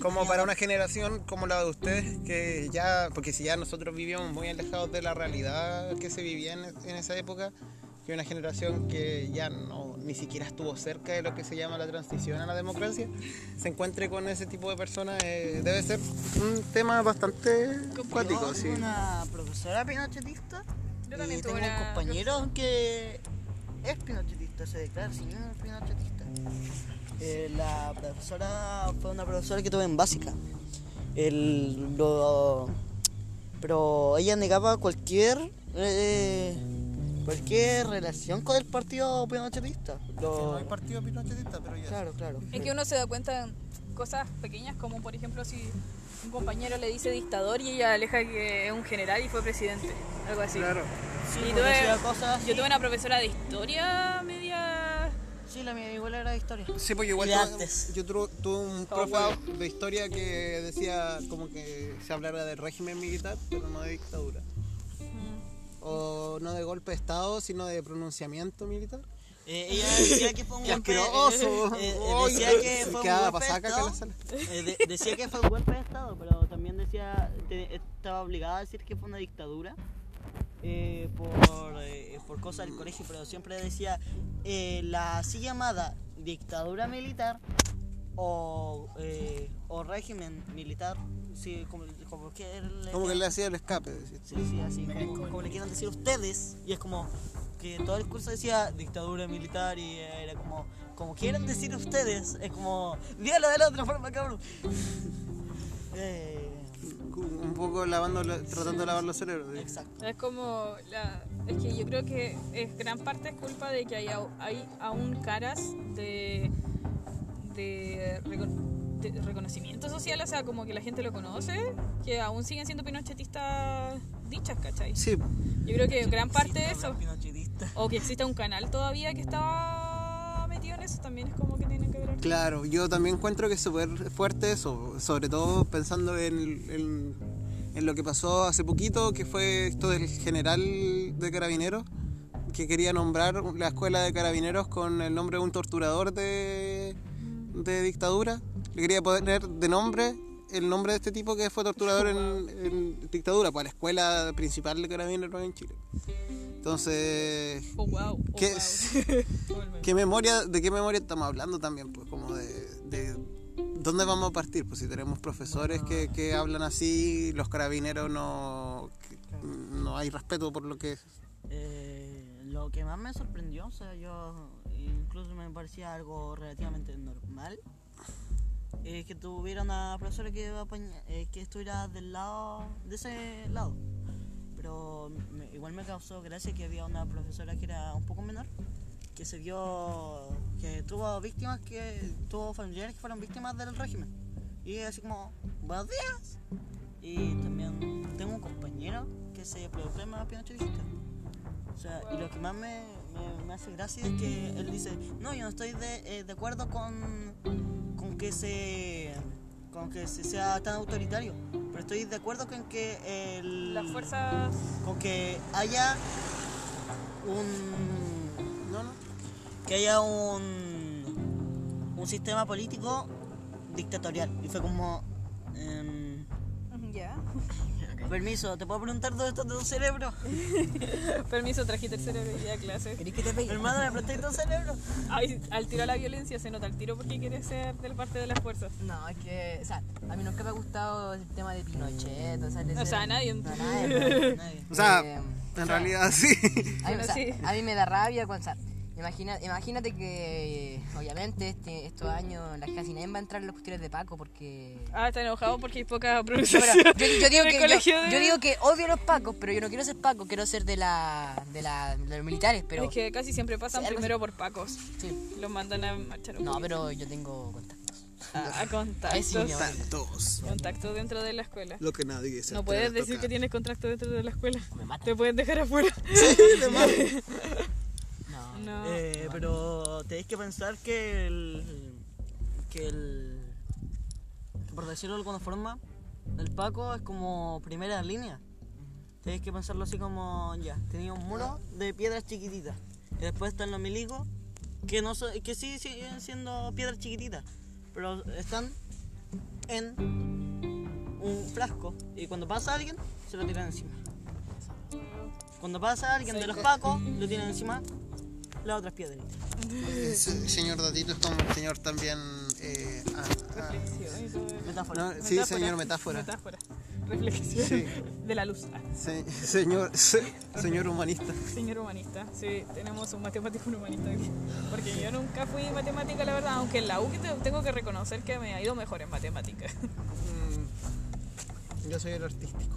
como para una generación como la de ustedes, que ya, porque si ya nosotros vivíamos muy alejados de la realidad que se vivía en, en esa época, que una generación que ya no, ni siquiera estuvo cerca de lo que se llama la transición a la democracia, se encuentre con ese tipo de personas, eh, debe ser un tema bastante cuático,
Yo
sí.
tuve una profesora pinochetista
Yo
y
también tuve
tengo un
una
compañero que es pinochetista, se declara señor pinochetista. Eh, la profesora fue una profesora que tuve en básica. El- lo- pero ella negaba cualquier eh, cualquier relación con el partido pinochetista. Lo-
partido pinochetista, pero ya.
claro, claro.
Es que uno se da cuenta en cosas pequeñas, como por ejemplo si un compañero le dice dictador y ella aleja que es un general y fue presidente, algo así.
Claro.
Sí,
Y
porque
tuve-
hacía cosas
Yo
así.
tuve una profesora de historia media...
Sí, la mía igual era de historia.
Sí, porque igual
Y
tuve-
antes.
yo tuve, tuve un
Oh,
profe de historia que decía como que se hablara del régimen militar, pero no de dictadura. O no de golpe de Estado, sino de pronunciamiento militar.
Eh, ella decía que fue un
¡Qué
golpe
asqueroso!
eh, eh,
Uy,
decía que fue un
quedaba
golpe de
pasaca acá en la
estado.
sala.
Eh, de- decía que fue un golpe de estado, pero también decía te- estaba obligada a decir que fue una dictadura eh, por eh, por cosas del colegio, pero siempre decía eh, la así llamada dictadura militar o eh, o régimen militar, sí, como, como que le-
Como que le hacía el escape. decía.
Sí, sí, así como, como le quieran decir ustedes. Y es como que todo el curso decía dictadura militar y era como, como quieran decir ustedes. Es como, dígalo de la otra forma, cabrón. Eh,
Un poco lavando, la- tratando de lavar los cerebros. sí.
exacto.
Es como la, es que yo creo que es gran parte es culpa de que hay, au- hay aún caras de de, recon- de reconocimiento social, o sea, como que la gente lo conoce, que aún siguen siendo pinochetistas dichas, ¿cachai?
Sí,
Yo creo que gran parte de eso,
Pinochetista.
o que exista un canal todavía que estaba metido en eso, también es como que tiene que ver.
Claro, yo también encuentro que es súper fuerte eso, sobre todo pensando en, en- en lo que pasó hace poquito, que fue esto del general de carabineros, que quería nombrar la escuela de carabineros con el nombre de un torturador de, de dictadura. Le quería poner de nombre el nombre de este tipo que fue torturador en, en dictadura, para la escuela principal de carabineros en Chile. Entonces,
Oh, wow. Oh,
¿Qué
wow.
es?
Todo el meme.
¿Qué memoria, ¿De qué memoria estamos hablando también? Pues como de, de dónde vamos a partir. Pues si tenemos profesores que,
Ah.
que hablan así, los carabineros no, que- no hay respeto por lo que es.
Eh, lo que más me sorprendió, o sea, yo incluso me parecía algo relativamente normal, es que tuviera una profesora que, apaña- eh, que estuviera del lado, de ese lado. Pero me- igual me causó gracia que había una profesora que era un poco menor, que se vio, que tuvo víctimas, que tuvo familiares que fueron víctimas del régimen. Y así como, buenos días. Y también tengo un compañero que se proclama pinochetista. O sea, y lo que más me, me, me hace gracia es que él dice, no, yo no estoy de, eh, de acuerdo con, con que se con que se sea tan autoritario, pero estoy de acuerdo con que el,
Las fuerzas.
con que haya un
No, no.
que haya un un sistema político dictatorial y fue como em,
Ya.
permiso, te puedo preguntar dónde está tu cerebro,
Permiso, trajiste el cerebro y a clase.
¿Querés que te pegue?
hermano, me prestáis tu cerebro.
Ay, al tiro a la violencia se nota al tiro porque quiere ser del parte de las fuerzas.
No, es que, o sea, a mí nunca me ha gustado el tema de Pinochet, o sea, de
O sea, a nadie.
No, a nadie, no, a nadie.
O sea,
Eh,
en realidad sí.
a mí, o sea,
sí.
a mí me da rabia con, o sea, imagina, imagínate que, eh, obviamente, este, estos años la casi nadie va a entrar en las cuestiones de Paco porque...
Ah, está enojado porque hay poca
No,
producción.
pero yo, yo digo
en el
que,
colegio
yo,
de-
yo digo que odio a los Pacos, pero yo no quiero ser Paco, quiero ser de la, de la, de los militares, pero...
Es que casi siempre pasan
Sí, algo
primero por pacos.
sí.
Los mandan a marchar un
No,
poquito.
pero yo tengo contacto.
a, a
Ay, sí, mi
contactos.
amor.
Tantos.
Contacto dentro de la escuela.
Lo que nadie se
No puedes decir que tienes contacto dentro de la escuela.
Me mata.
Te pueden dejar afuera.
No.
No.
Eh, pero tenéis que pensar que el. que el. que por decirlo de alguna forma, el Paco es como primera línea. Tenéis que pensarlo así como ya, tenía un muro de piedras chiquititas. Y después están los milicos, que no so- que sí siguen siendo piedras chiquititas, pero están en un frasco. Y cuando pasa alguien, se lo tiran encima. Cuando pasa alguien de los pacos, lo tiran encima las otras piedritas.
Señor Datito es como un señor también. eh, ah, ah,
Reflexión y todo eso.
Metáfora.
no, sí, señor metáfora.
Metáfora. Reflexión
Sí.
de la luz. Ah,
Se- señor, se- señor humanista.
señor humanista. Sí, tenemos un matemático y un humanista aquí. Porque yo nunca fui matemática, la verdad. Aunque en la U que te- tengo que reconocer que me ha ido mejor en matemática.
Mm, Yo soy el artístico.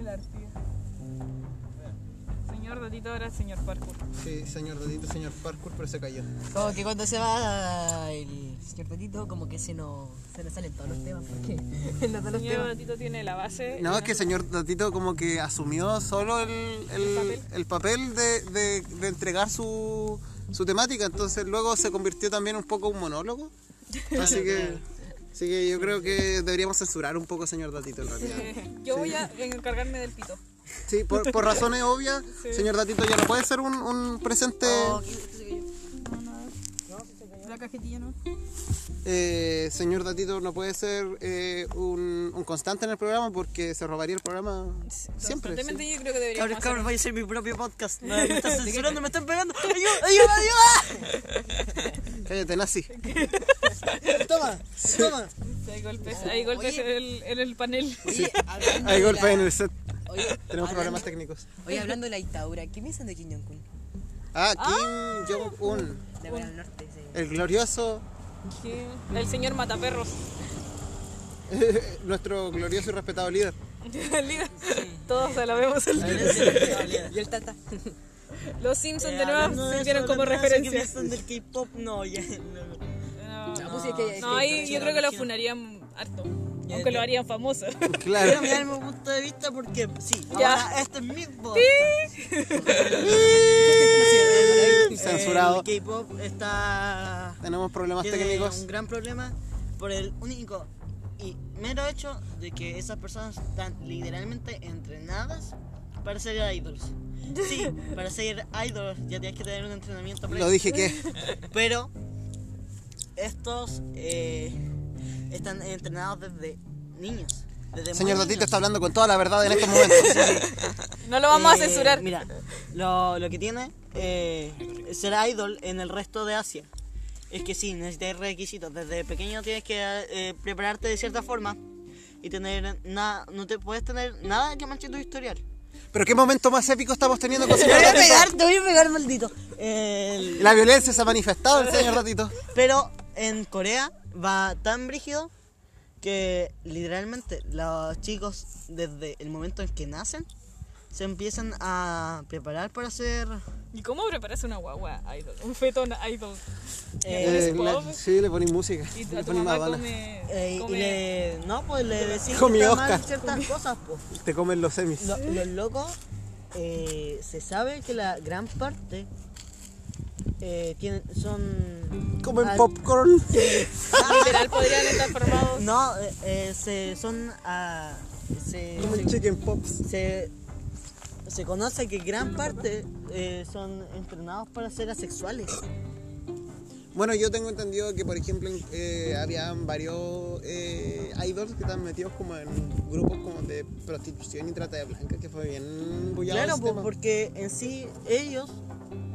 El artista. Señor Datito ahora el señor Parkour.
Sí, señor Datito, señor Parkour, pero se cayó.
ah.
Como que cuando se va el señor Tatito, como que se nos, se nos salen todos los temas, porque en todos los
Señor
temas...
Datito tiene la base.
No, es que señor Datito como que asumió solo el, el- el papel de, de- de entregar su, su temática, entonces luego se convirtió también un poco en un monólogo. Así que, así que yo creo que deberíamos censurar un poco señor Datito en realidad.
Eh, Yo voy a encargarme del pito.
Sí, por, por razones obvias, señor Datito ya no puede ser un, un presente...
La cajetilla no.
Eh, señor Datito no puede ser eh, un, un constante en el programa porque se robaría el programa siempre. sí.
Constantemente yo creo que debería.
Cabros, cabros, voy a hacer mi propio podcast. No, me están censurando, me están pegando. ¡Ayuda, ayuda, ayuda!
Cállate, nazi.
Toma, toma.
Hay golpes, hay golpes en, el, en el panel.
Oye, hablando
Hay
de
golpes
la-
en el set.
Oye,
Tenemos problemas
hablando,
técnicos.
oye, hablando de la dictadura, ¿qué piensan de Kim Jong-un?
Ah, Kim Jong-un,
De Corea del Norte, sí.
el glorioso,
¿Qué? El señor Mataperros.
eh, nuestro glorioso y respetado líder.
El líder. Todos alabemos al líder.
Y el Tata.
Los Simpsons
Eh,
de nuevo sirvieron como referencia.
son del K-pop? No, ya.
No,
no.
No, pues sí, es que- es
no,
que-
ahí yo creo que lo funarían harto. Aunque lo harían famoso.
Quiero
Claro.
mirar mi punto de vista porque sí.
Ya.
Ahora, este es mi podcast.
Censurado.
El K-pop está.
Tenemos problemas
tiene
técnicos.
un gran problema por el único y mero hecho de que esas personas están literalmente entrenadas para ser ídolos. Sí, para ser ídolos ya tienes que tener un entrenamiento previo.
Lo dije que.
Pero estos eh, están entrenados desde niños. Desde muy
Señor
niños.
Datito está hablando con toda la verdad en este estos momentos.
No lo vamos a
Eh,
censurar.
Mira, lo, lo que tiene eh, ser idol en el resto de Asia es que sí, necesitas requisitos. Desde pequeño tienes que eh, prepararte de cierta forma y tener nada, no te puedes tener nada que manche tu historial.
Pero qué momento más épico estamos teniendo con
Te
señor
voy a
Datito.
pegar, te voy a pegar, maldito. El-
La violencia se ha manifestado el señor Datito.
pero en Corea va tan brígido que literalmente los chicos desde el momento en que nacen se empiezan a preparar para ser
¿Y cómo preparas una guagua idol? Un fetón idol.
eh,
Eh, la- sí, le ponéis música.
Y
Le
a tu
ponéis
mamá
Madonna.
come.
Eh, y
come-
le, no, pues le decís
Comí
que está mal
Oscar.
ciertas cosas, pues.
Te comen los semis.
Lo- los locos eh, se sabe que la gran parte eh, tienen, son...
Comen
al-
popcorn.
Literal podrían estar formados.
No, eh, eh, se, son... ah, se,
Comen chicken pops.
se, se conoce que gran parte eh, son entrenados para ser asexuales.
Bueno, yo tengo entendido que, por ejemplo, en- eh, habían varios eh, idols que estaban metidos como en grupos como de prostitución y trata de blancas, que fue bien bullado
Claro,
ese
po,
tema.
porque en sí ellos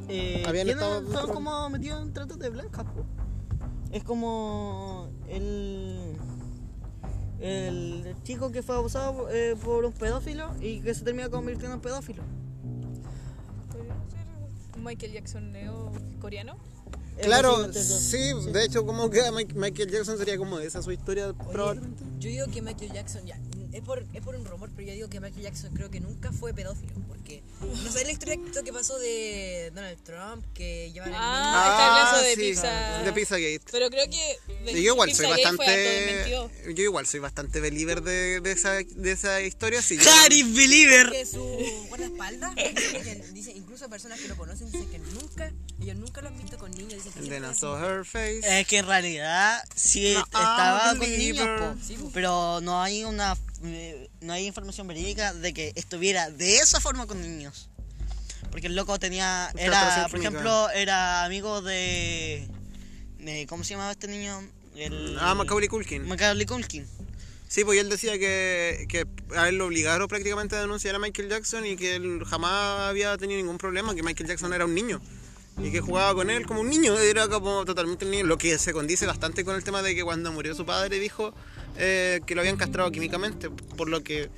eh,
Habían
tienen-
estado-
son como metidos en tratos de blancas. po. Es como el, el chico que fue abusado eh, por un pedófilo y que se termina convirtiendo en pedófilo.
Podría ser un Michael Jackson neo coreano.
Claro,
Básicamente eso.
sí, de hecho, como que Mike- Michael Jackson sería como esa su historia, probablemente.
Yo digo que Michael Jackson, ya, es por, es por un rumor, pero yo digo que Michael Jackson creo que nunca fue pedófilo, porque no sabes la historia esto que pasó de Donald Trump, que llevan el
Ah, está hablando de Pizza-
De Pizzagate.
Pero creo que.
Sí, yo igual
Pizza
soy
Gate fue harto
bastante.
desmentido.
Yo igual soy bastante believer de, de esa, de esa historia. Sí,
Harry Believer.
que su guardaespaldas dicen que- dicen, incluso personas que lo conocen dicen que nunca, ellos nunca lo han visto con niños, dicen que
And then
siempre
I
lo
saw her face.
Es que en realidad sí
No,
estaba
I'm a
con niños,
believer.
po,
Sí, po.
pero no hay una eh, no hay información verídica de que estuviera de esa forma con niños. Porque el loco tenía era,
Castración
por
química.
ejemplo, era amigo de, de- ¿cómo se llamaba este niño? El
Ah, Macaulay Culkin.
Macaulay Culkin.
Sí, pues y él decía que, que a él lo obligaron prácticamente a denunciar a Michael Jackson y que él jamás había tenido ningún problema, que Michael Jackson era un niño y que jugaba con él como un niño, era como totalmente un niño, lo que se condice bastante con el tema de que cuando murió su padre dijo eh, que lo habían castrado químicamente, por lo que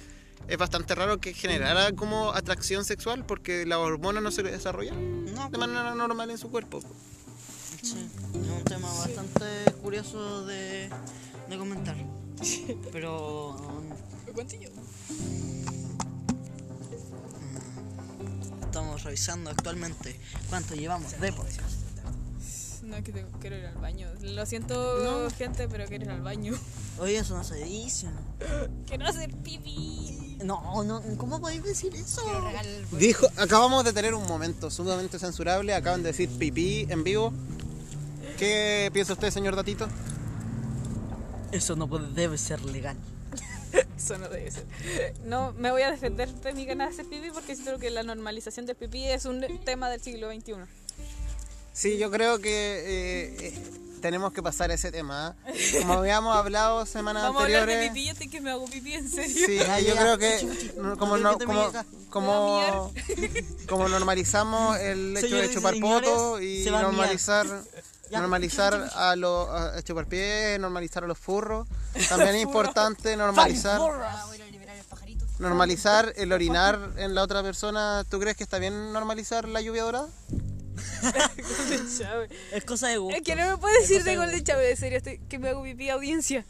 es bastante raro que generara como atracción sexual porque las hormonas no se desarrollan
No,
de manera normal en su cuerpo.
sí, es un tema bastante curioso de, de comentar. Pero
Lo cuento yo.
estamos revisando actualmente cuánto llevamos de podcast.
No, que tengo- quiero ir al baño. Lo siento, gente, pero quiero ir al baño.
Oye, eso no se dice.
Quiero hacer pipí.
No, no, ¿cómo podéis decir eso?
regalan el huevo.
Dijo, acabamos de tener un momento sumamente censurable, acaban de decir pipí en vivo. ¿Qué piensa usted, señor Datito?
Eso no puede- debe ser legal.
Eso no debe ser. No, me voy a defender de mi ganas de hacer pipí porque siento que la normalización del pipí es un tema del siglo XXI.
Sí, yo creo que eh, eh, tenemos que pasar ese tema. ¿eh? Como habíamos hablado semanas
Vamos a hablar de
anteriores.
pipí, yo te que me hago pipí en serio.
Sí,
Ya,
yo
ya.
creo que como,
Creo que
no-
te
como,
me llega.
como, como normalizamos el hecho
Señores
de
y
chupar
señores,
poto y
se va a miar.
normalizar
Ya.
normalizar a los a chupar pies, normalizar a los furros. También es importante normalizar
Ah, voy a liberar el pajarito.
Normalizar el orinar en la otra persona, ¿tú crees que está bien normalizar la lluvia dorada?
Golden Shower.
Es cosa de gusto.
Es que no me puede decir
cosa
de
de
Golden Shower, en serio, estoy, que me hago pipí audiencia.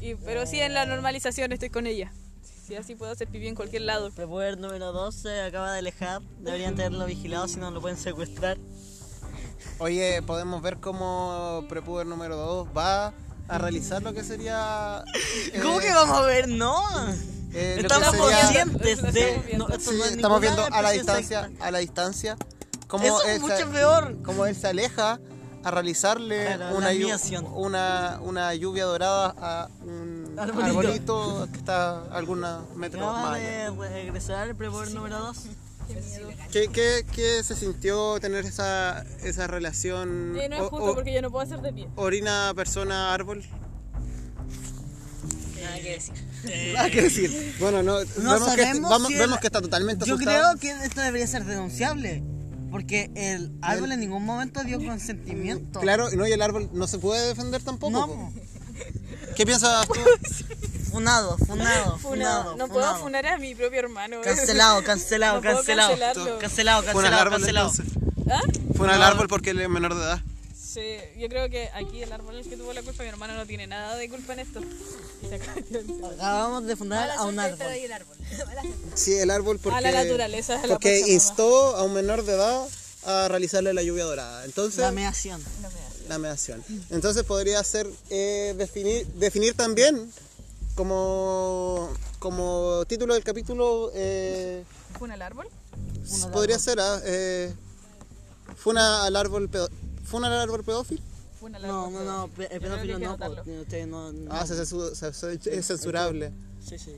Y, pero sí en la normalización estoy con ella. Si así puedo hacer pipí en cualquier lado.
El poder número 12 acaba de alejar. Deberían tenerlo vigilado si no lo pueden secuestrar.
Oye, podemos ver cómo Prepuber número 2 va a realizar lo que sería. eh,
¿Cómo que vamos a ver? No.
eh, lo que
estamos
sería-
conscientes
Lo estamos
de.
viendo.
no, esto
Sí,
pues, no es
estamos
ninguna
viendo a la
expresión
distancia,
sexual.
a la distancia, cómo
Eso es
él se-
mucho peor.
cómo él se aleja a realizarle
Claro,
una,
la
llu-
miación.
una, una lluvia dorada a un
Arbolito.
arbolito que está a algunos metros
Acaba
más allá.
de pues, regresar el prepoder número 2.
¿Qué, qué, qué se sintió tener esa, esa relación?
Eh, no es
O-
justo
o-
porque yo no puedo hacer de pie.
Orina, persona, árbol.
Nada que decir.
Nada que decir. Bueno, no,
No
vemos, que, este,
sabemos
vamos-
si
vemos
el-
que está totalmente
Yo
asustado.
creo que esto debería ser denunciable. Porque el árbol en ningún momento dio consentimiento.
Claro, no, y el árbol no se puede defender tampoco.
No,
po.
po.
¿Qué piensas tú?
Funado, funado, funado.
Funado. No puedo
funado.
funar a mi propio hermano.
Cancelado, cancelado,
No puedo
cancelado.
cancelarlo.
Cancelado,
Fue al
cancelado,
árbol
cancelado.
entonces.
¿Ah?
Fue al árbol porque él es menor de edad.
Sí, yo creo que aquí el árbol es el que tuvo la culpa. Mi hermano no tiene nada de culpa en esto. Y se acaba de-
Acabamos de fundar
Mala
a un
suerte estar
árbol.
ahí el árbol. Mala suerte.
Sí, el árbol porque.
A la naturaleza, a la
Porque
Pachamama.
instó a un menor de edad a realizarle la lluvia dorada. Entonces.
La meación.
la mediación. Entonces podría ser eh, definir, definir también como, como título del capítulo, eh,
¿Funa el árbol?
podría ser ah, eh, ¿Funa al árbol pedo- ¿Funa al árbol pedófilo?
Fue una larga
No, no, no,
prueba.
pe-
Yo
eh,
creo
pedófilo
que hay
no,
que
po,
anotarlo.
ustedes no. no.
Ah, se censu- se- se- es censurable.
Sí, sí.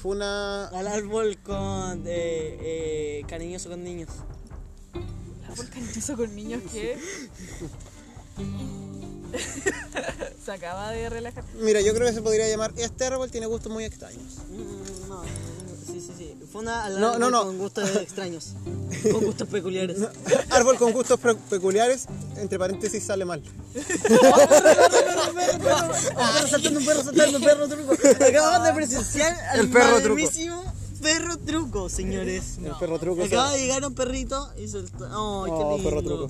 Funa.
Al árbol con. Eh, eh, cariñoso con niños.
Árbol cariñoso con niños que. Se acaba de relajar.
Mira, yo creo que se podría llamar. Este árbol tiene gustos muy extraños.
Mm, No, sí, sí, sí. Fue una al
No,
árbol
no, no.
con gustos extraños. Con gustos peculiares.
árbol con gustos pre- peculiares, entre paréntesis, sale mal. Un perro saltando, un perro saltando, un perro truco.
Ah, Acabamos de presenciar al
El perro truco.
mismísimo perro truco, señores.
El perro truco.
Acaba de llegar un perrito y soltó. ¡Ay,
Oh,
qué lindo!
perro truco.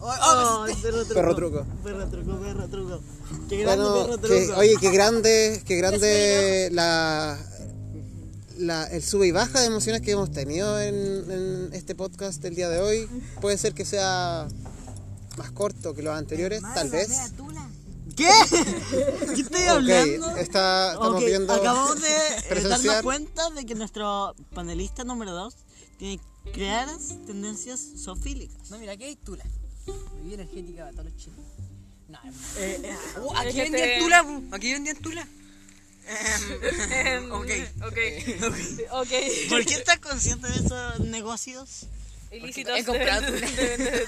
Oh, oh, perro truco.
Perro truco.
Perro truco, perro truco. Qué grande
Bueno,
perro
que-
truco.
oye, qué grande, qué grande la, la- el sube y baja de emociones que hemos tenido en, en este podcast del día de hoy. Puede ser que sea más corto que los anteriores,
Ah,
tal vez.
¿Qué? ¿Qué estoy
Ok,
hablando?
está- estamos
Ok,
viendo.
Acabamos de eh, darnos
presenciar-
cuenta de que nuestro panelista número 2 tiene claras tendencias zoofílicas.
No, mira, aquí hay Tula. Muy energética para todos los chicos. No, hermano.
Eh, eh,
Uh,
Es
aquí
que te-
vendían Tula, bu. Aquí vendían Tula.
Em,
Ok.
Ok. Ok.
¿Por qué estás consciente de esos negocios?
Ilícitos.
he comprado
de-
una.
de- de-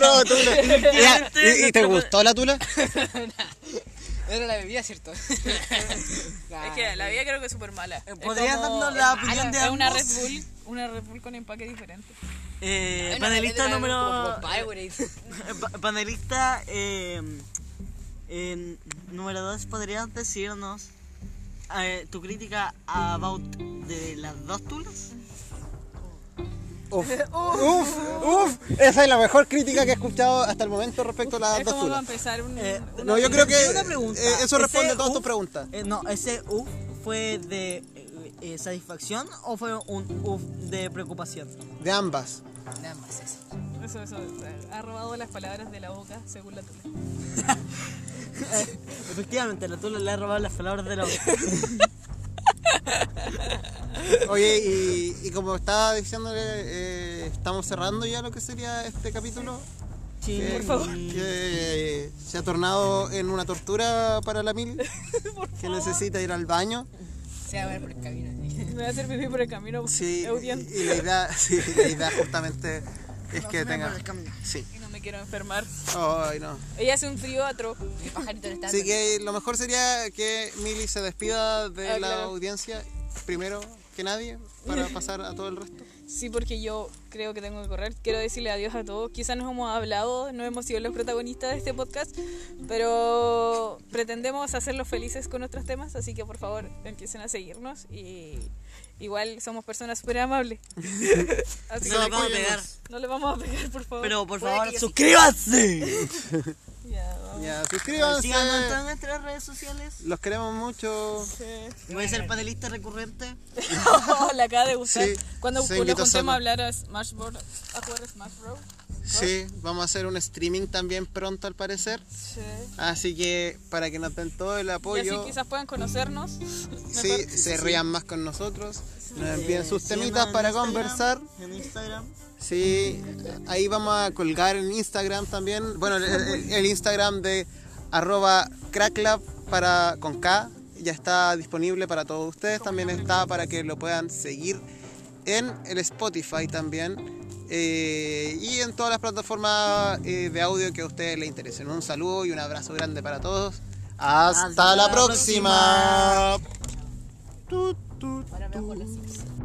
No, tula. Ya, ¿y- ¿Y te gustó la tula?
Era la bebida, ¿cierto?
Es que la vida creo que es súper mala.
¿Podrías
como-
darnos la
es
opinión de
Es una Red
ambos?
Bull. Una Red Bull con empaque diferente.
Eh, panelista número... pa- panelista eh, eh, número 2, ¿podrías decirnos eh, tu crítica about de las dos tulas?
Uf, uf, uf. Esa es la mejor crítica que he escuchado hasta el momento respecto a las
Es
dos
como para
tulas.
empezar un.
Eh,
una
No, yo creo que
Una pregunta.
eh, eso
¿Ese
responde a todas
uf?
tus preguntas.
Eh, no, ese uff fue de eh, eh, satisfacción o fue un uff de preocupación?
De ambas.
Nada más eso.
Eso, eso. Ha robado las palabras de la boca, según la tula.
Eh, efectivamente, la tula le ha robado las palabras de la boca.
Oye, y, y como estaba diciéndole, eh, estamos cerrando ya lo que sería este capítulo.
Sí,
que-
por favor.
Que eh, se ha tornado en una tortura para la Mil, que necesita ir al baño.
Se va a ver por el camino.
Me voy a hacer pipí por el camino.
Sí, eh,
Es odiante.
y la idea, sí, la idea justamente es que tenga... Sí.
Y no me quiero enfermar.
Ay, no.
Ella hace un frío atro.
El pajarito le está
Así que lo mejor sería que Mili se despida de
Ah,
la
claro.
audiencia primero que nadie para pasar a todo el resto.
Sí, porque yo creo que tengo que correr. Quiero decirle adiós a todos. Quizás nos hemos hablado, no hemos sido los protagonistas de este podcast, pero pretendemos hacerlos felices con nuestros temas, así que por favor empiecen a seguirnos y igual somos personas súper amables. así que
No la vamos a pegar.
no le vamos a pegar, por favor.
Pero por
Puede
favor,
que yo sí.
suscríbanse.
Ya, vamos.
Ya,
Síganos en todas
suscríbanse.
nuestras redes sociales.
Los queremos mucho.
Sí.
Voy a ser panelista recurrente.
Le acaba de gustar.
Sí,
Cuando
se
lo
invitó
juntemos
solo.
a hablar a Smash Bros. a jugar a Smash Bros.
Sí, vamos a hacer un streaming también pronto al parecer.
Sí.
Así que para que nos den todo el
Y así
apoyo,
quizás puedan conocernos.
sí,
mejor.
se rían más con nosotros, nos envíen
Eh,
sus
síganos
temitas
en
para
Instagram,
conversar.
En Instagram.
Sí, ahí vamos a colgar en Instagram también. Bueno, el, el- el Instagram de arroba cracklab para, con K ya está disponible para todos ustedes. También está para que lo puedan seguir en el Spotify también. eh, y en todas las plataformas eh, de audio que a ustedes les interesen. Un saludo y un abrazo grande para todos. Hasta,
Hasta
la
la
próxima. Tu, tu,
Ahora me hago los Simpsons.